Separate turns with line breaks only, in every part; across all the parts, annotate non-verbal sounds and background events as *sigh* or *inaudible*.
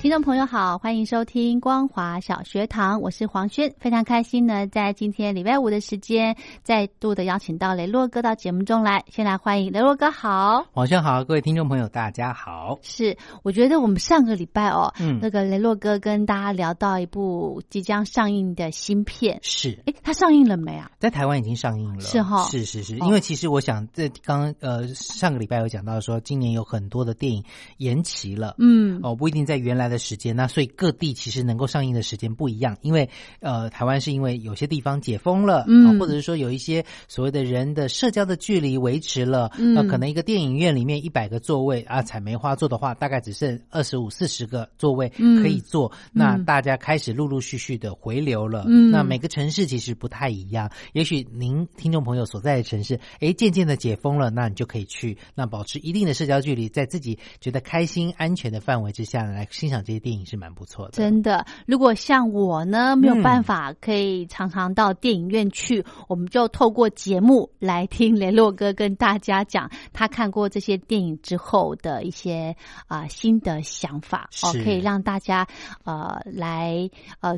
听众朋友好，欢迎收听光华小学堂，我是黄轩，非常开心呢，在今天礼拜五的时间，再度的邀请到雷洛哥到节目中来，先来欢迎雷洛哥好。
晚上好，各位听众朋友，大家好。
是，我觉得我们上个礼拜哦，
嗯
那个雷洛哥跟大家聊到一部即将上映的新片，
是
诶，它上映了没啊？
在台湾已经上映了，
是哈
是是是，
哦
因为其实我想，这刚刚呃上个礼拜有讲到说，今年有很多的电影延期了。
嗯，
哦，不一定在原来的时间，那所以各地其实能够上映的时间不一样，因为呃，台湾是因为有些地方解封了，
嗯
哦或者是说有一些所谓的人的社交的距离维持了，
嗯
那可能一个电影院里面一百个座位啊，采梅花座的话，大概只剩二十五、四十个座位
嗯
可以坐，那
嗯
大家开始陆陆续续的回流了，
嗯
那每个城市其实不太一样，也许您听众朋友所在的城市，哎，渐渐的解封了，那你就可以去，那保持一定的社交距离，在自己觉得开心、安全的范围之下来欣赏这些电影是蛮不错的。
真的，如果像我呢，没有
嗯
办法可以常常到电影院去，我们就透过节目来听雷洛哥跟大家讲他看过这些电影之后的一些啊、新的想法哦，
是
可以让大家呃来呃。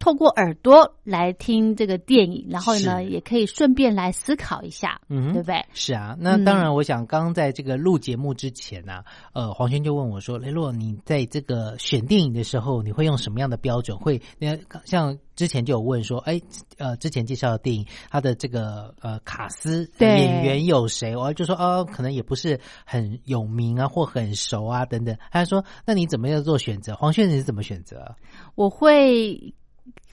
透过耳朵来听这个电影，然后呢，
是
也可以顺便来思考一下，
嗯哼
对不对？
是啊，那
嗯
当然，我想刚在这个录节目之前呢、呃，黄轩就问我说：“雷洛，你在这个选电影的时候，你会用什么样的标准？会那像之前就有问说，哎，呃，之前介绍的电影，它的这个呃卡斯
对
演员有谁？我就说哦，可能也不是很有名啊，或很熟啊等等。他说，那你怎么样做选择？黄轩你是怎么选择？
我会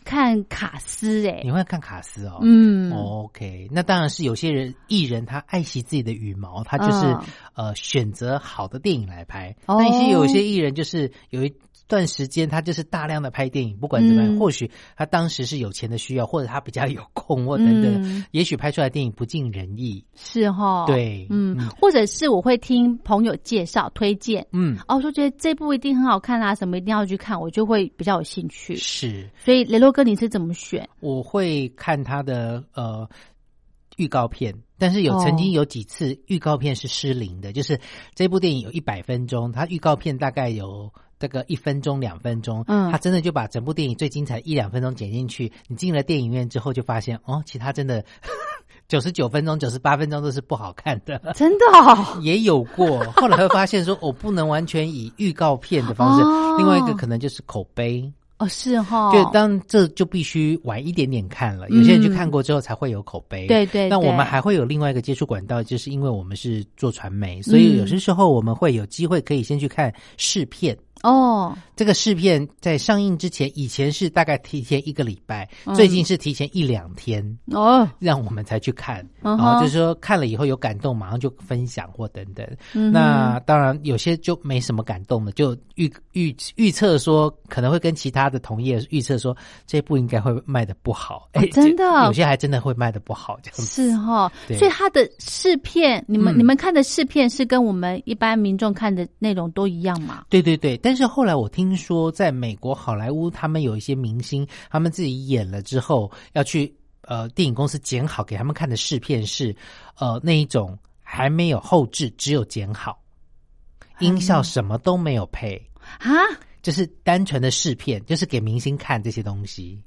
看卡斯、欸，
你会看卡斯哦，
嗯，
OK，那当然是有些人艺人他爱惜自己的羽毛，他就是、
嗯
呃选择好的电影来拍。
哦
那一些有些艺人就是有一段时间他就是大量的拍电影，不管怎么样，
嗯
或许他当时是有钱的需要，或者他比较有空或等等，
嗯
也许拍出来的电影不尽人意。
是哈，
对
嗯
嗯，
或者是我会听朋友介绍推荐，
嗯，
哦，说觉得这部一定很好看啊，什么一定要去看，我就会比较有兴趣。
是。
所以雷洛哥，你是怎么选？
我会看他的呃预告片，但是有
哦
曾经有几次预告片是失灵的，就是这部电影有一百分钟，它预告片大概有。这个一分钟、两分钟，
嗯
他真的就把整部电影最精彩一两分钟剪进去。你进了电影院之后，就发现哦，其他真的 *laughs* 九十九分钟、九十八分钟都是不好看的。
真的、哦，
*laughs* 也有 *laughs* 过，哦后来会发现说，我、不能完全以预告片的方式。
哦
另外一个可能就是口碑，
哦，是哈，
就当这就必须晚一点点看了，有些人去看过之后才会有口
嗯
碑。
对对
那我
对
们还会有另外一个接触管道，就是因为我们是做传媒，所以有些时候我们会有机会可以先去看试片。
哦，
这个试片在上映之前，以前是大概提前一个礼拜，
嗯
最近是提前一两天，
哦，
让我们才去看。
嗯
然
哼
后就是说看了以后有感动，马上就分享或等等。
嗯哼
那当然有些就没什么感动的，就预预预测说可能会跟其他的同业预测说这部应该会卖的不好，哎、
哦真的
这有些还真的会卖的不好这样子。
是哈，
对
所以它的试片，你们、
嗯
你们看的试片是跟我们一般民众看的内容都一样吗？
对对对，但是后来我听说，在美国好莱坞，他们有一些明星，他们自己演了之后，要去呃电影公司剪好给他们看的试片是，呃那一种还没有后置，只有剪好，
嗯
音效什么都没有配，
啊，
就是单纯的试片，就是给明星看这些东西。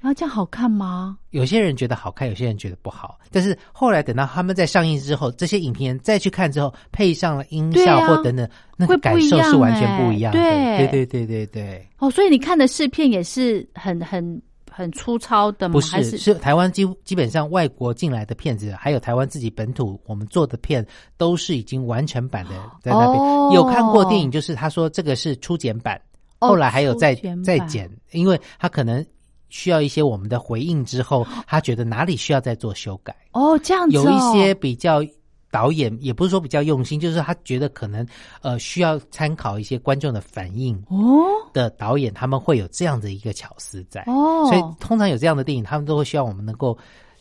然后啊这样好看吗？
有些人觉得好看，有些人觉得不好。但是后来等到他们在上映之后，这些影评人再去看之后，配上了音
对
效
啊
或等等，那
会
个
不
感
一
受
样
是完全
欸
不一样的。
对
对对对对对，
哦，所以你看的试片也是很很很粗糙的吗？
不
还
是
是
是台湾基基本上外国进来的片子，还有台湾自己本土我们做的片，都是已经完成版的在那边。
哦
有看过电影，就是他说这个是初剪版，
哦
后来还有再
初剪版
再剪，因为他可能需要一些我们的回应之后，他觉得哪里需要再做修改。
哦这样子、哦，
有一些比较导演也不是说比较用心，就是他觉得可能呃需要参考一些观众的反应
哦
的导演，他们会有这样的一个巧思在。
哦，
所以通常有这样的电影，他们都会希望我们能够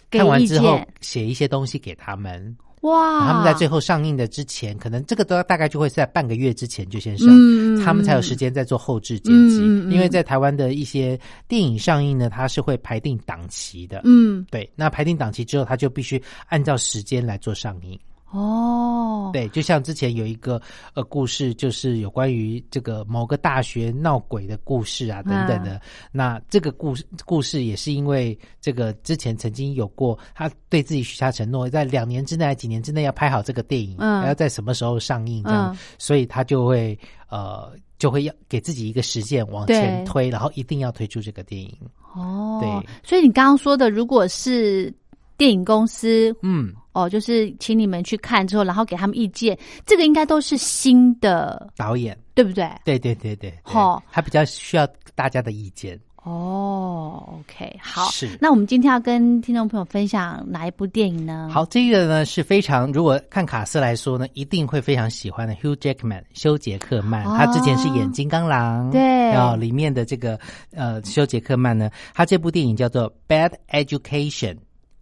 给
看完
意
之后
见
写一些东西给他们，
哇，
他们在最后上映的之前，可能这个都要大概就会是在半个月之前就先上。
嗯，
他们才有时
间
间在做后置剪辑，
嗯嗯嗯
因为在台湾的一些电影上映呢，它是会排定档期的，
嗯
对，那排定档期之后，它就必须按照时间来做上映。
哦
对，就像之前有一个呃故事，就是有关于这个某个大学闹鬼的故事啊，等等
嗯
的。那这个故事故事也是因为这个之前曾经有过，他对自己许下承诺，在两年之内、几年之内要拍好这个电影，
嗯
还要在什么时候上映这样，
嗯
所以他就会呃就会要给自己一个时间往前
对
推，然后一定要推出这个电影。
哦，
对，
所以你刚刚说的，如果是电影公司
嗯。
哦，就是请你们去看之后，然后给他们意见，这个应该都是新的，
导演，
对不对？
对对对对，对
好
他比较需要大家的意见。
哦，OK，好，
是
那我们今天要跟听众朋友分享哪一部电影呢？，
好，这个呢是非常，如果看卡斯来说呢，一定会非常喜欢的 Hugh Jackman 修杰克曼，
哦
他之前是演《金刚狼》
对
然后里面的这个呃修杰克曼呢，他这部电影叫做《Bad Education》。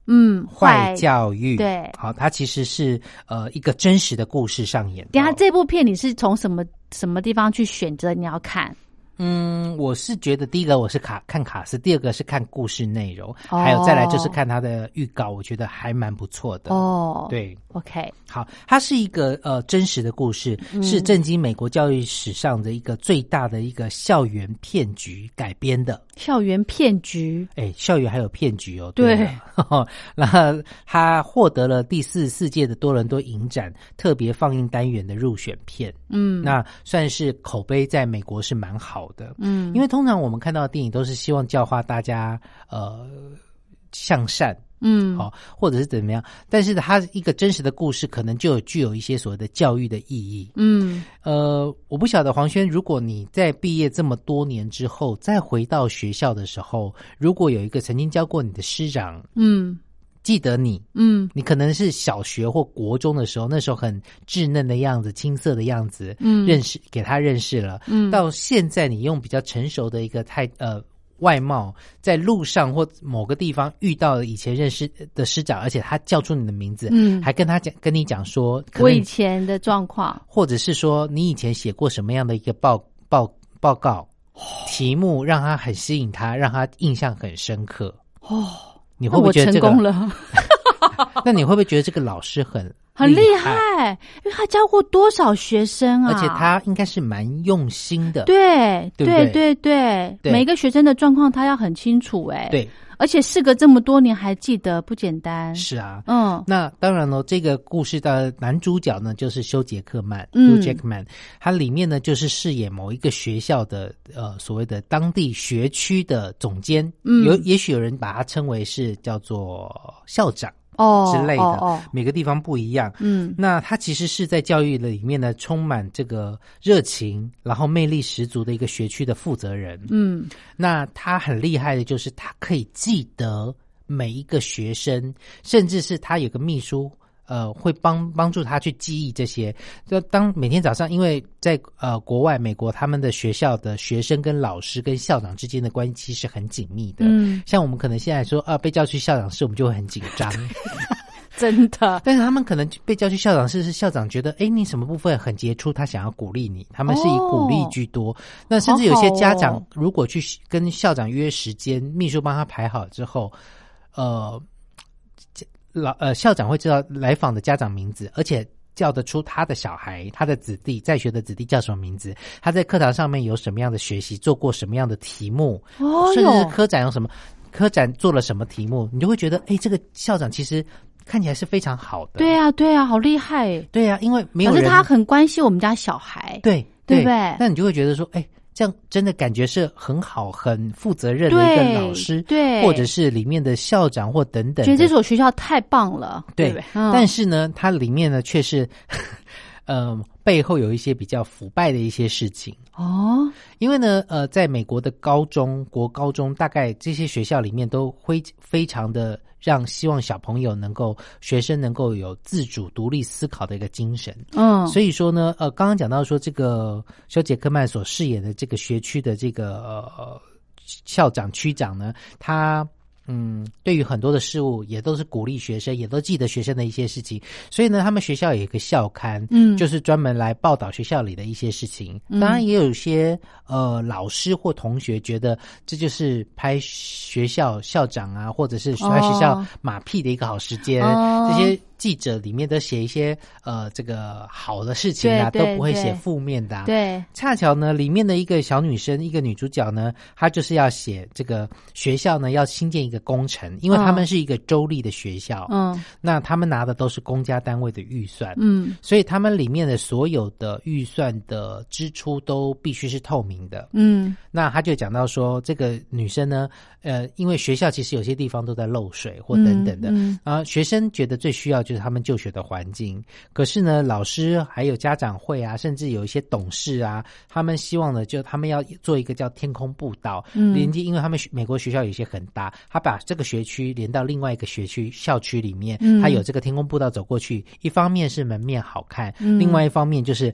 嗯，
坏。教育，
对
好，它其实是呃一个真实的故事上演的哦。
等一下这部片你是从什么什么地方去选择你要看？
嗯，我是觉得第一个我是卡看卡斯，第二个是看故事内容，
哦
还有再来就是看它的预告，我觉得还蛮不错的。
哦，
对，
，OK，
好，它是一个呃真实的故事，
嗯
是震惊美国教育史上的一个最大的一个校园骗局改编的。
校园骗局，
哎，校园还有骗局哦。
对
*laughs* 了，然后他获得了第四十四届的多伦多影展特别放映单元的入选片，
嗯，
那算是口碑在美国是蛮好的。
嗯，
因为通常我们看到的电影都是希望教化大家呃向善，
嗯，
好、或者是怎么样，但是它一个真实的故事，可能就有具有一些所谓的教育的意义。
嗯，
呃，我不晓得黄轩，如果你在毕业这么多年之后，再回到学校的时候，如果有一个曾经教过你的师长
嗯，
记得你，
嗯，
你可能是小学或国中的时候，那时候很稚嫩的样子、青涩的样子，
嗯
认识给他认识了，
嗯
到现在你用比较成熟的一个态呃外貌，在路上或某个地方遇到了以前认识的师长，而且他叫出你的名字，
嗯
还跟他讲跟你讲说，可
我
能
以前的状况，
或者是说你以前写过什么样的一个报报报告题目，让他很吸引他，让他印象很深刻。
哦，
你会
那
不
我
会觉得
成
这个？
功了， *laughs*
那你会不会觉得这个老师很
很厉
害？
害，啊因为他教过多少学生啊？
而且他应该是蛮用心的。
对
对不
对
对
对对
对
每个学生的状况他要很清楚哎、
对，
而且事隔这么多年还记得，不简单。
是啊，
嗯，
那当然了，这个故事的男主角呢，就是休·杰克曼、
嗯
（Hugh Jackman），他里面呢就是饰演某一个学校的呃所谓的当地学区的总监，
嗯
有也许有人把他称为是叫做校长
哦
之类的，
哦哦
每个地方不一样。
嗯
那他其实是在教育里面呢，充满这个热情，然后魅力十足的一个学区的负责人。
嗯
那他很厉害的就是他可以记得每一个学生，甚至是他有个秘书。呃，会帮帮助他去记忆这些。就当每天早上，因为在呃国外美国，他们的学校的学生跟老师跟校长之间的关系是很紧密的。
嗯，
像我们可能现在说啊、被叫去校长室，我们就会很紧张。
真的，
但是他们可能被叫去校长室，是校长觉得，哎，你什么部分很杰出，他想要鼓励你，他们是以鼓励居多。哦那甚至有些家
好
长
好
如果去跟校长约时间，秘书帮他排好之后，呃，老呃校长会知道来访的家长名字，而且。叫得出他的小孩、他的子弟、在学的子弟叫什么名字？他在课堂上面有什么样的学习？做过什么样的题目？
哦
甚至是
哟，
科展有什么科展做了什么题目，你就会觉得，哎，这个校长其实看起来是非常好的。
对啊对啊，好厉害耶！
对啊，因为没有
可
人
是他很关心我们家小孩，
对
对
对
不对
那你就会觉得说，哎，这样真的感觉是很好、很负责任的一
对
个老师，
对
或者是里面的校长或等等的。
觉得这所学校太棒了，
对
不嗯
但是呢，它里面呢却是， *laughs* 嗯、背后有一些比较腐败的一些事情。
哦，
因为呢，呃，在美国的高中、国高中，大概这些学校里面都会非常的让希望小朋友能够、学生能够有自主、独立思考的一个精神。
嗯，
所以说呢，呃，刚刚讲到说这个休·杰克曼所饰演的这个学区的这个呃校长、区长呢，他嗯，对于很多的事物也都是鼓励学生，也都记得学生的一些事情。所以呢，他们学校有一个校刊，
嗯
就是专门来报道学校里的一些事情。
嗯
当然，也有些呃老师或同学觉得这就是拍学校校长啊，或者是拍学校
哦
马屁的一个好时间。
哦
这些记者里面都写一些呃这个好的事情啊，
对对
都不会
对
写负面的、啊。
对，
恰巧呢，里面的一个小女生，一个女主角呢，她就是要写这个学校呢要新建一个工程，因为他们是一个州立的学校，
哦嗯
那他们拿的都是公家单位的预算，
嗯
所以他们里面的所有的预算的支出都必须是透明的。
嗯，
那他就讲到说，这个女生呢，呃，因为学校其实有些地方都在漏水或等等的，
嗯
啊，学生觉得最需要就是他们就学的环境。可是呢，老师还有家长会啊，甚至有一些董事啊，他们希望呢，就他们要做一个叫天空步道，
嗯
连接，因为他们学美国学校有些很大，他把这个学区连到另外一个学区校区里面
嗯，
他有这个天空步道走过去，一方面是门面好看，
嗯
另外一方面就是。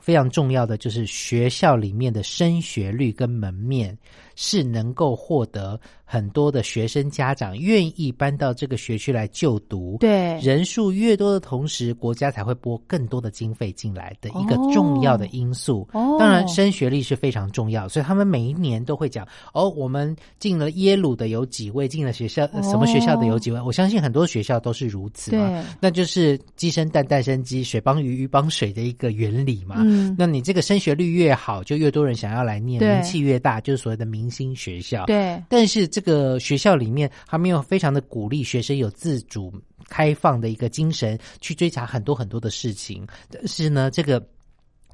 非常重要的就是学校里面的升学率跟门面是能够获得很多的学生家长愿意搬到这个学区来就读，
对，
人数越多的同时，国家才会拨更多的经费进来的一个重要的因素。
哦
当然，升学率是非常重要，所以他们每一年都会讲哦，我们进了耶鲁的有几位，进了学校、呃什么学校的有几位。我相信很多学校都是如此嘛，
哦对，
那就是鸡生蛋，蛋生鸡，水帮鱼，鱼帮水的一个原理嘛。
嗯
那你这个升学率越好，就越多人想要来念，
对
名气越大，就是所谓的明星学校。
对，
但是这个学校里面，他们又非常的鼓励学生有自主开放的一个精神，去追查很多很多的事情。但是呢，这个。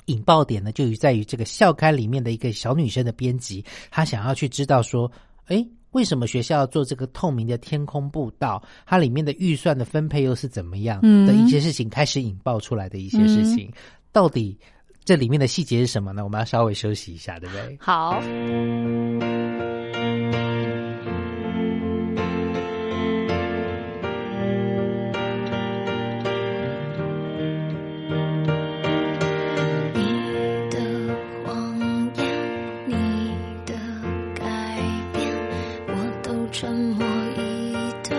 引爆点呢，就在于这个校刊里面的一个小女生的编辑，她想要去知道说，诶，为什么学校要做这个透明的天空步道？它里面的预算的分配又是怎么样
嗯
的一些事情，开始引爆出来的一些事情，到底这里面的细节是什么呢？我们要稍微休息一下，对不对？
好，
你的谎言，你的改变，我都沉默以对。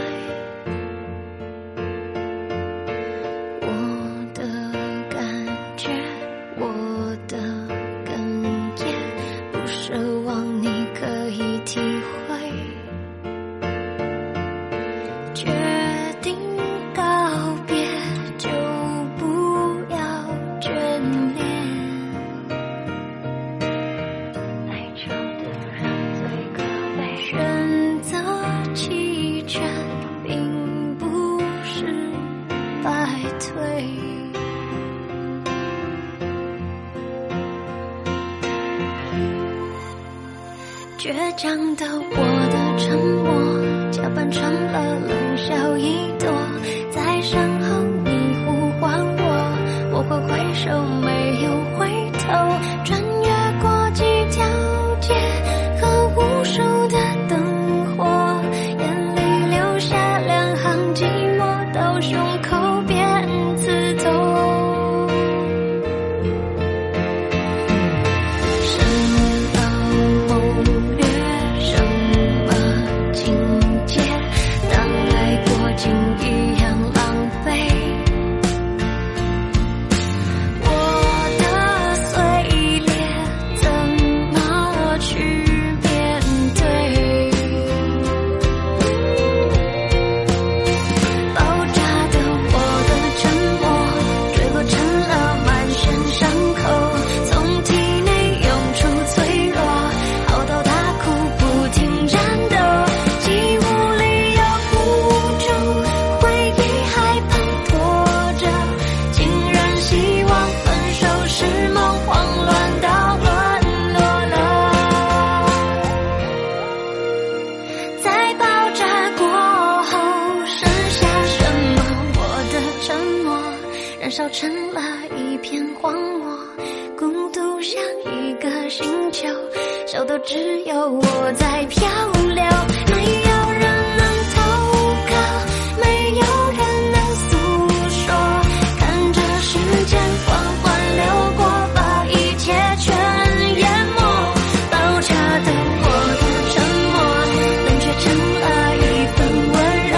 我的感觉，我的哽咽，不奢望你可以体会。决定告别，就不要眷恋。爱着的人最可悲，选择前退。倔强的我的沉默，搅拌成了冷笑一朵，在身后你呼唤我，我会挥手没有回头，穿越过几条街和无数的灯火，眼里留下两行寂寞，到胸口变刺痛。什么谋略，什么情节，当爱过境一样浪费。我的碎裂，怎么去面对？爆炸的我的沉默，坠落成了满身伤口，从体内涌出脆弱，嚎啕大哭，不停战斗，既无理又无助，回忆还盘拖着，竟然希望分手是梦，慌乱到沦落了。在爆炸过后，剩下什么？我的沉默燃烧成了一片荒漠，孤独像一个星球，烧得只有我在漂流。没有人能投靠，没有人能诉说，看着时间缓缓流过，把一切全淹没。爆炸的我的沉默，冷却成了一份温柔。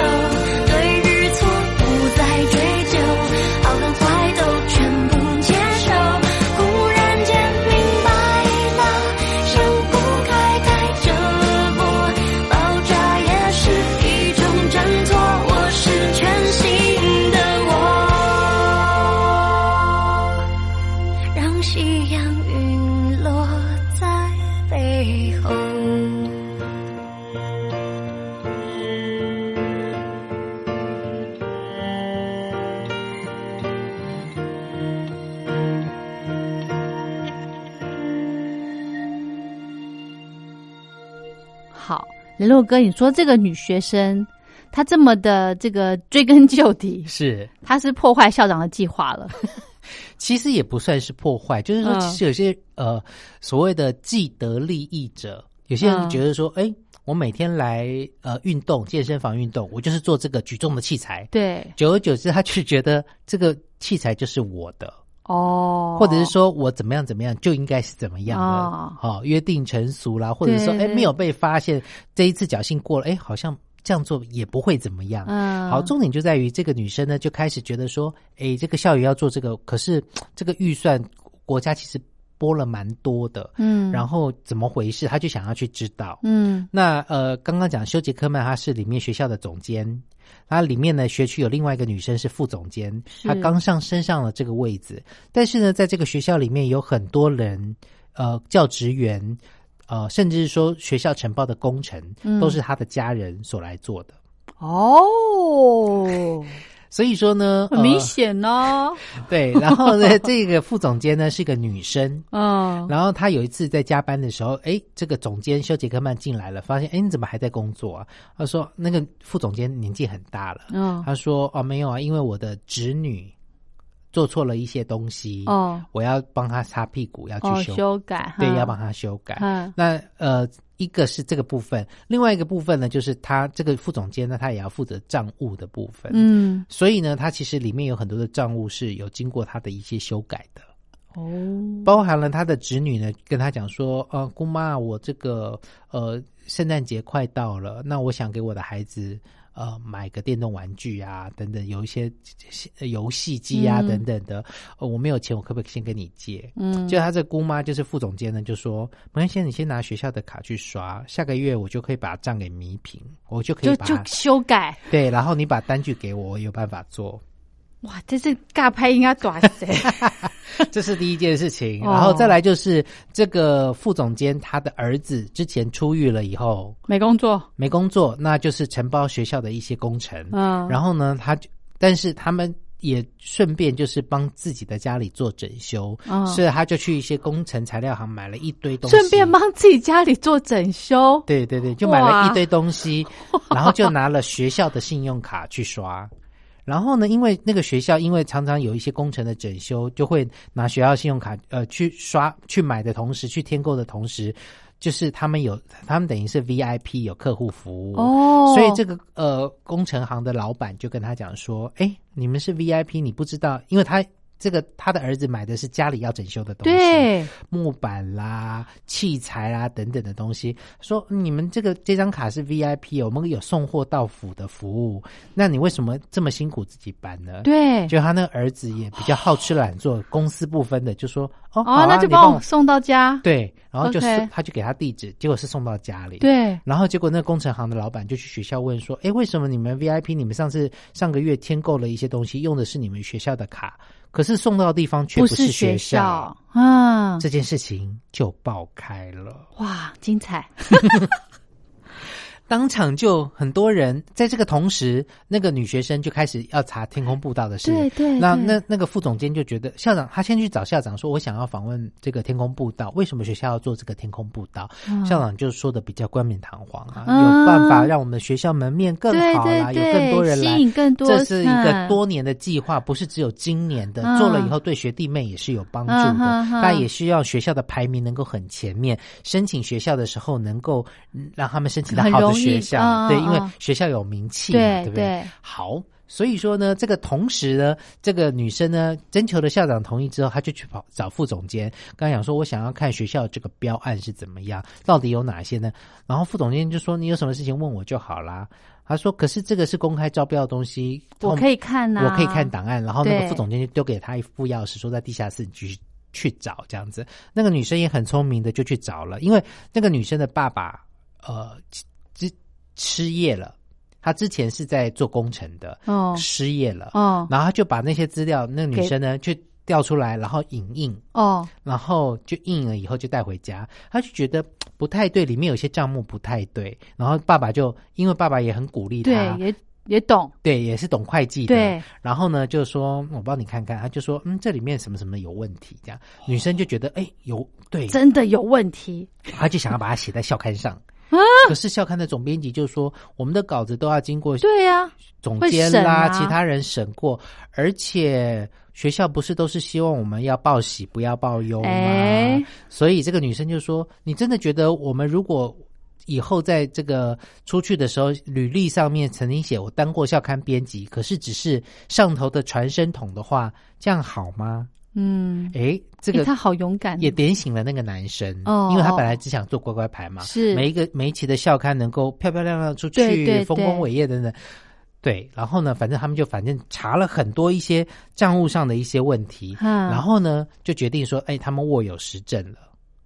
对与错不再追究，好跟坏都全部接受。忽然间明白了，生不该太折磨。爆炸也是一种挣脱，我是全新的我。让夕阳陨落在背后。
好，雷洛哥，你说这个女学生，她这么的这个追根究底，
是，
她是破坏校长的计划了。
其实也不算是破坏，就是说，
嗯
其实有些、呃所谓的既得利益者，有些
嗯
人觉得说，哎、我每天来呃运动健身房运动，我就是做这个举重的器材，
对，
久而久之，他就觉得这个器材就是我的，
哦，
*laughs* 或者是说我怎么样怎么样就应该是怎么样的，
哦
好、约定成俗啦，或者是说，
对
哎，
对
没有被发现，这一次侥幸过了，哎，好像这样做也不会怎么样。
嗯，
好，重点就在于这个女生呢，就开始觉得说，哎，这个校园要做这个，可是嘖这个预算国家其实拨了蛮多的，
嗯，
然后怎么回事，她就想要去知道。
嗯
那呃，刚刚讲修杰克曼，他是里面学校的总监，他里面呢学区有另外一个女生是副总监，
是
她刚上升上了这个位置，但是呢，在这个学校里面有很多人，呃，教职员，呃，甚至是说学校承包的工程，
嗯
都是他的家人所来做的。 *laughs*
哦，
所以说呢，
很明
呃
显哦呢、
对，然后呢，这个副总监呢是个女生，
嗯，
然后他有一次在加班的时候，哎，这个总监修杰克曼进来了，发现哎你怎么还在工作啊？他说那个副总监年纪很大了，
嗯
他说哦没有啊，因为我的侄女做错了一些东西，
哦
我要帮她擦屁股，要
哦，
去修，
修改
对，
哈
要帮她修改。
嗯
那呃，一个是这个部分，另外一个部分呢，就是他这个副总监呢，他也要负责账务的部分，，
嗯
所以呢，他其实里面有很多的账务是有经过他的一些修改的。
哦
包含了他的侄女呢，跟他讲说，呃，姑妈，我这个呃，圣诞节快到了，那我想给我的孩子呃买个电动玩具啊，等等，有一些呃游戏机啊、
嗯
等等的、呃，我没有钱，我可不可以先跟你借？
嗯
就他这姑妈就是副总监呢，就说没关系，你先拿学校的卡去刷，下个月我就可以把账给弥平，我就可
就
以把
就修改
对，然后你把单据给我，我有办法做。
哇，这是尬拍应该短谁？
*laughs* 这是第一件事情，
哦
然后再来就是这个副总监他的儿子之前出狱了以后
没工作，
没工作，那就是承包学校的一些工程，
嗯，
然
后
后呢，他就但是他们也顺便就是帮自己的家里做整修，
哦
所以他就去一些工程材料行买了一堆东西，
顺便帮自己家里做整修。
对对对，就买了
哇
一堆东
*laughs*
西，然后就拿了学校的信用卡去刷。然后呢，因为那个学校因为常常有一些工程的整修，就会拿学校信用卡呃去刷去买的同时，去添购的同时，就是他们有他们等于是 VIP 有客户服务
哦
所以这个呃工程行的老板就跟他讲说，哎，你们是 VIP，你不知道，因为他。这个他的儿子买的是家里要整修的东西，呃
对，
木板啦、器材啦等等的东西，说嗯你们这个这张卡是哦 VIP，我们有送货到府的服务，那你为什么这么辛苦自己办呢？，
对，
就他那个儿子也比较好吃懒做，公私不分的，就说哦，好
哦，
啊、
那就
你帮
帮我送到家。
对，然后就
OK
送他就给他地址，结果是送到家里，
对，
然后结果那工程行的老板就去学校问说：“哎，为什么你们 VIP 你们上次上个月添购了一些东西，用的是你们学校的卡，可是送到的地方却
不
是
是学
校？”
校，嗯，
这件事情就爆开了，
哇，精彩，
当场就很多人在这个同时，那个女学生就开始要查天空步道的事。
对对
那
对
那那个副总监就觉得校长，他先去找校长说，我想要访问这个天空步道，为什么学校要做这个天空步道？
嗯
校长就说的比较冠冕堂皇啊，
嗯
有办法让我们学校门面更
对
好啦，
对对，
有更多人来
吸。引更多，
这是一个
嗯
多年的计划，不是只有今年的。
嗯
做了以后，对学弟妹也是有帮助
嗯
的
哼。哼
那、也希望学校的排名能够很前面，申请学校的时候能够嗯让他们申请到
很
好的
容易
学
嗯嗯
校。对，
嗯
因为学校有名气嘛，
对
对不
对
好，所以说呢，这个同时呢，这个女生呢征求了校长同意之后，她就去跑找副总监，刚讲说我想要看学校这个标案是怎么样，到底有哪些呢？然后副总监就说你有什么事情问我就好啦。他说：“可是这个是公开招标的东西，
我
后
可以看呐、
我可以看档案，然后那个
对
副总监就丢给他一副钥匙，说在地下室你去去找这样子。那个女生也很聪明的就去找了，因为那个女生的爸爸呃失失业了，他之前是在做工程的，
哦
失业了，
哦
然后他就把那些资料，那个女
给
生呢去调出来，然后影印，
哦，
然后就印了以后就带回家，他就觉得不太对，里面有些账目不太对，然后爸爸就因为爸爸也很鼓励他，
对，也也懂，
对，也是懂会计的。
对，
然后呢，就说我帮你看看，他就说，嗯，这里面什么什么有问题，这样女生就觉得，哎，有对，
哦真的有问题，
她就想要把它写在校刊上。
啊
可是校刊的总编辑就说，我们的稿子都要经过
对啊呀、
总
会
监
审
啦、
啊
其他人审过，而且学校不是都是希望我们要报喜不要报忧吗？
哎
所以这个女生就说：“你真的觉得我们如果以后在这个出去的时候，履历上面曾经写我当过校刊编辑，可是只是上头的传声筒的话，这样好吗
嗯？”，
诶，这
诶
个
他好勇敢，啊
也点醒了那个男生，
哦
因为他本来只想做乖乖牌嘛，
是
每一个每一期的校刊能够漂漂亮亮出去，
对对
丰
对
功伟业等等。对，然后呢，反正他们就反正查了很多一些账务上的一些问题，
嗯
然后呢就决定说，哎，他们握有实证了。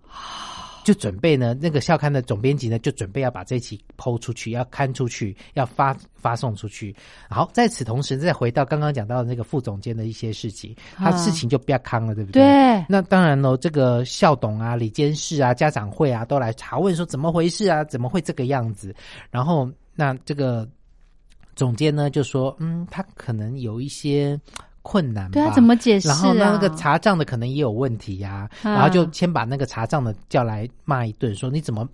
啊
就准备呢，那个校刊的总编辑呢，就准备要把这期抛出去，要刊出去，要发发送出去。好，在此同时，再回到刚刚讲到的那个副总监的一些事情，他
嗯
事情就不要康了，对不对？
对，
那当然喽，这个校董啊、李监事啊、家长会啊都来查问说怎么回事啊，怎么会这个样子？然后那这个总监呢就说，嗯，他可能有一些困难吧，
对啊，怎么解释、啊？
然后那那个查账的可能也有问题呀、
嗯
然后就先把那个查账的叫来骂一顿，说你怎么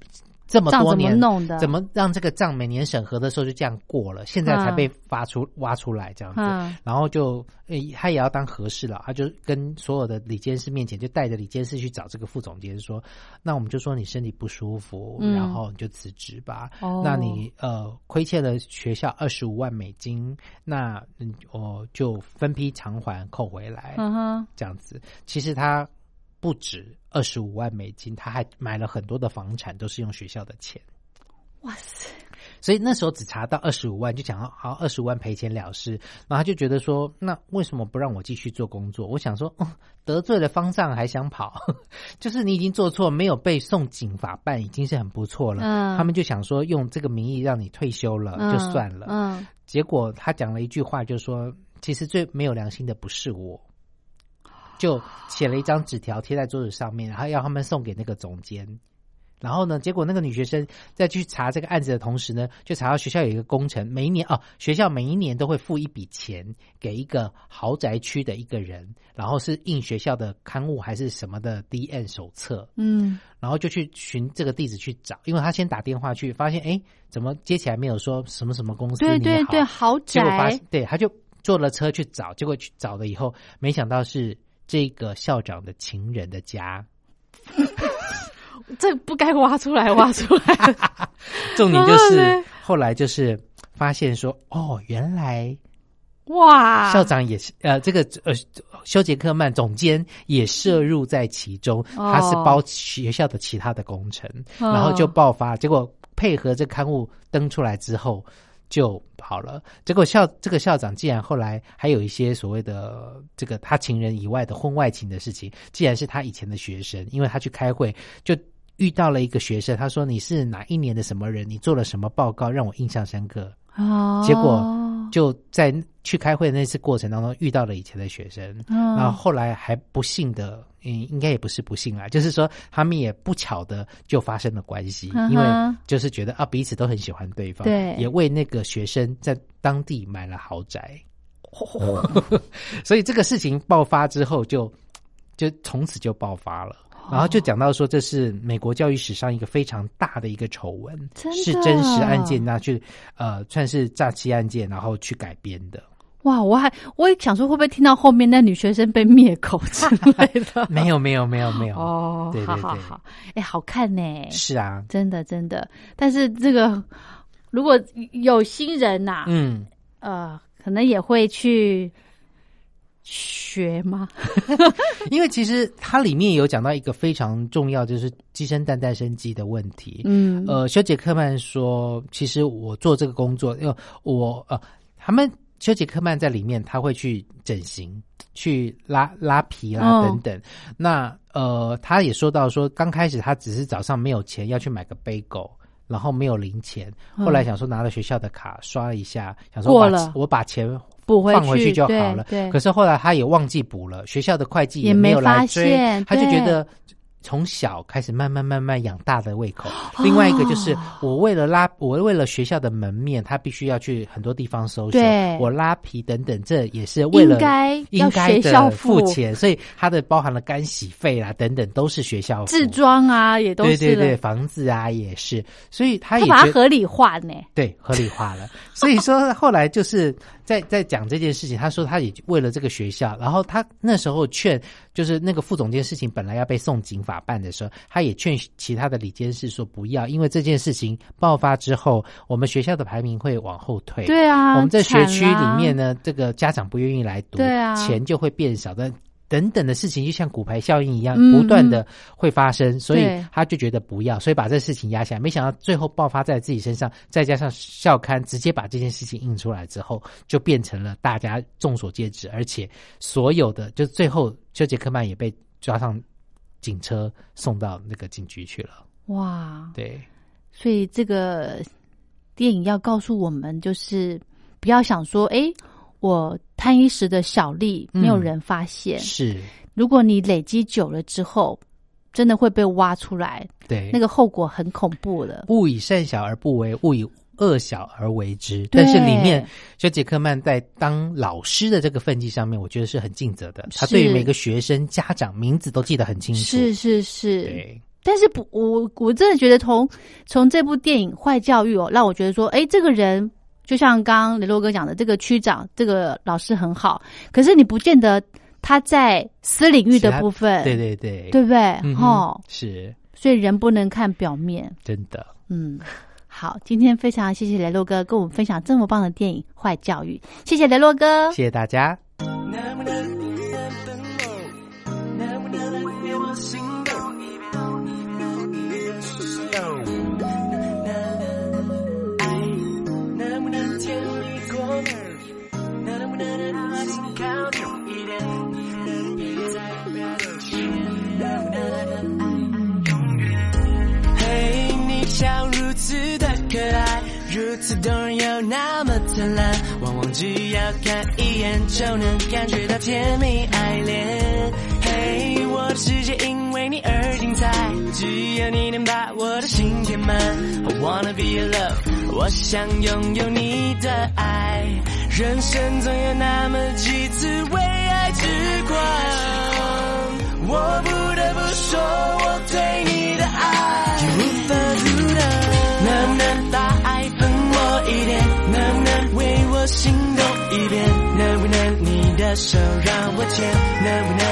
这么
账
多
怎么
年
弄的？
怎？么让这个账每年审核的时候就这样过了，现在才
嗯
被发出、挖出来这样子，
嗯
然后就、诶他也要当和事佬，他就跟所有的李监事面前就带着李监事去找这个副总监说，那我们就说你身体不舒服，
嗯
然后你就辞职吧。
哦
那你呃亏欠了学校二十五万美金，那嗯我就分批偿还扣回来。
嗯哼，
这样子。其实他不止二十五万美金，他还买了很多的房产，都是用学校的钱。
哇塞，
所以那时候只查到二十五万，就想要好二十五万赔钱了事，然后他就觉得说，那为什么不让我继续做工作？我想说，哦、得罪了方丈还想跑， *laughs* 就是你已经做错，没有被送警法办，已经是很不错了。
嗯
他们就想说，用这个名义让你退休了、呃就
嗯
算了。
嗯，
结果他讲了一句话，就说：“其实最没有良心的不是我。”就写了一张纸条贴在桌子上面，然后要他们送给那个总监，然后呢，结果那个女学生在去查这个案子的同时呢，就查到学校有一个工程，每一年哦，学校每一年都会付一笔钱给一个豪宅区的一个人，然后是印学校的刊物还是什么的 D N 手册，
嗯，
然后就去寻这个地址去找，因为他先打电话去，发现哎，怎么接起来没有说什么什么公司
对
你
对
好
对，豪
结果发
宅
现，对，他就坐了车去找，结果去找了以后，没想到是这个校长的情人
*laughs*
的家。
这不该挖出来，挖出
*laughs*
来。
重点就
然后
是
呢
后来就是发现说，哦，原来
哇，
校长也是、呃，这个呃，修杰克曼总监也涉入在其中，
哦
他是包学校的其他的工程，
哦
然后就爆发，结果配合这刊物登出来之后。就跑了，结果校这个校长竟然后来还有一些所谓的这个他情人以外的婚外情的事情，既然是他以前的学生，因为他去开会就遇到了一个学生，他说你是哪一年的什么人，你做了什么报告让我印象深刻，
哦，
结果就在去开会的那次过程当中遇到了以前的学生，
嗯
然后后来还不幸的，嗯，应该也不是不幸啦，就是说他们也不巧的就发生了关系，
嗯哼
因为就是觉得啊彼此都很喜欢对方，
对
也为那个学生在当地买了豪宅，
哦
*laughs* 所以这个事情爆发之后就就从此就爆发了。
哦
然后就讲到说，这是美国教育史上一个非常大的一个丑闻，
真的
是真实案件，那去呃算是诈欺案件，然后去改编
*laughs*
的。？
哇，我还我也想说，会不会听到后面那女学生被灭口之类的
*laughs* 没有，没有，没有，没有。
哦，
对
好
对
好
对
好，哎，好看呢、
是啊，
真的真的。但是这个如果有新人呐、
嗯，
呃，可能也会去学吗？
因为其实它里面有讲到一个非常重要，就是鸡生蛋，蛋生鸡的问题。
嗯，
呃，修杰克曼说，其实我做这个工作，因为我呃，他们修杰克曼在里面他会去整形、去拉拉皮啦、
哦
等等。那呃，他也说到说，刚开始他只是早上没有钱要去买个杯狗。然后没有零钱，后来想说拿了学校的卡刷了一下，想说
嗯过
我把
了
我把钱
补回
放回去就
对
好了。
对，
可是后来他也忘记补了，学校的会计
也
没有
没发
来追
现，
他就觉
对
得从小开始慢慢慢慢养大的胃口。另外一个
哦
就是我为了拉，我为了学校的门面，他必须要去很多地方搜索
对，
我拉皮等等，这也是为了
应该要
应该
学校
的
付
付钱，所以他的包含了干洗费啦等等都是学校付
自。装啊也都是
对
了，
对对，房子啊也是，所以他
他
也
把
觉
它
得。
合理化呢。
对，合理化了。所以说后来就是在在讲这件事情，他说他也为了这个学校，然后他那时候劝，就是那个副总监事情本来要被送警法办的时候，他也劝其他的李监事说不要，因为这件事情爆发之后，我们学校的排名会往后退。。
对啊，
我们在学区
惨
里
啦
面呢，这个家长不愿意来读，
对啊
钱就会变少的，等等的事情，就像骨牌效应一样，
嗯
不断的会发生，所以
对
他就觉得不要，所以把这事情压下来。没想到最后爆发在自己身上，再加上校刊直接把这件事情印出来之后，就变成了大家众所皆知，而且所有的就最后修杰克曼也被抓上警车送到那个警局去了。
哇，
对，
所以这个电影要告诉我们，就是不要想说，哎，我贪一时的小利，
嗯
没有人发现。
是，
如果你累积久了之后，真的会被挖出来，
对，
那个后果很恐怖的。
勿以善小而不为，勿以恶小而为之。
对
但是里面，修杰克曼在当老师的这个份际上面，我觉得是很尽责的。他
是
对于每个学生、家长名字都记得很清楚。
是，是是，
对，
但是不，我我真的觉得从从这部电影《坏教育》哦，让我觉得说，哎，这个人就像刚刚雷洛哥讲的，这个区长、这个老师很好，可是你不见得他在私领域
其
的
他
部分，
对对对，
对不对？
嗯哼
哦，
是
所以人不能看表面。
真的。
嗯，好，今天非常谢谢雷洛哥跟我们分享这么棒的电影《坏教育》，谢谢雷洛哥，
谢谢大家。
能不能一人等我？能不能让我心动？一人心动。能不能甜蜜过浓？能不能爱情靠拢一点？能别再表露心意？能不能让爱永远？嘿，你笑如此的可爱，如此动人又那么灿烂，往往只要看一眼就能感觉到甜蜜爱恋。嘿，为我的世界因为你而精彩，只有你能把我的心填满。I wanna be your love，我想拥有你的爱。人生总有那么几次为爱痴狂，我不得不说我对你的爱无法阻挡。能不能把爱分我一点？能不能为我心动一遍？能不能你的手让我牵？能不能？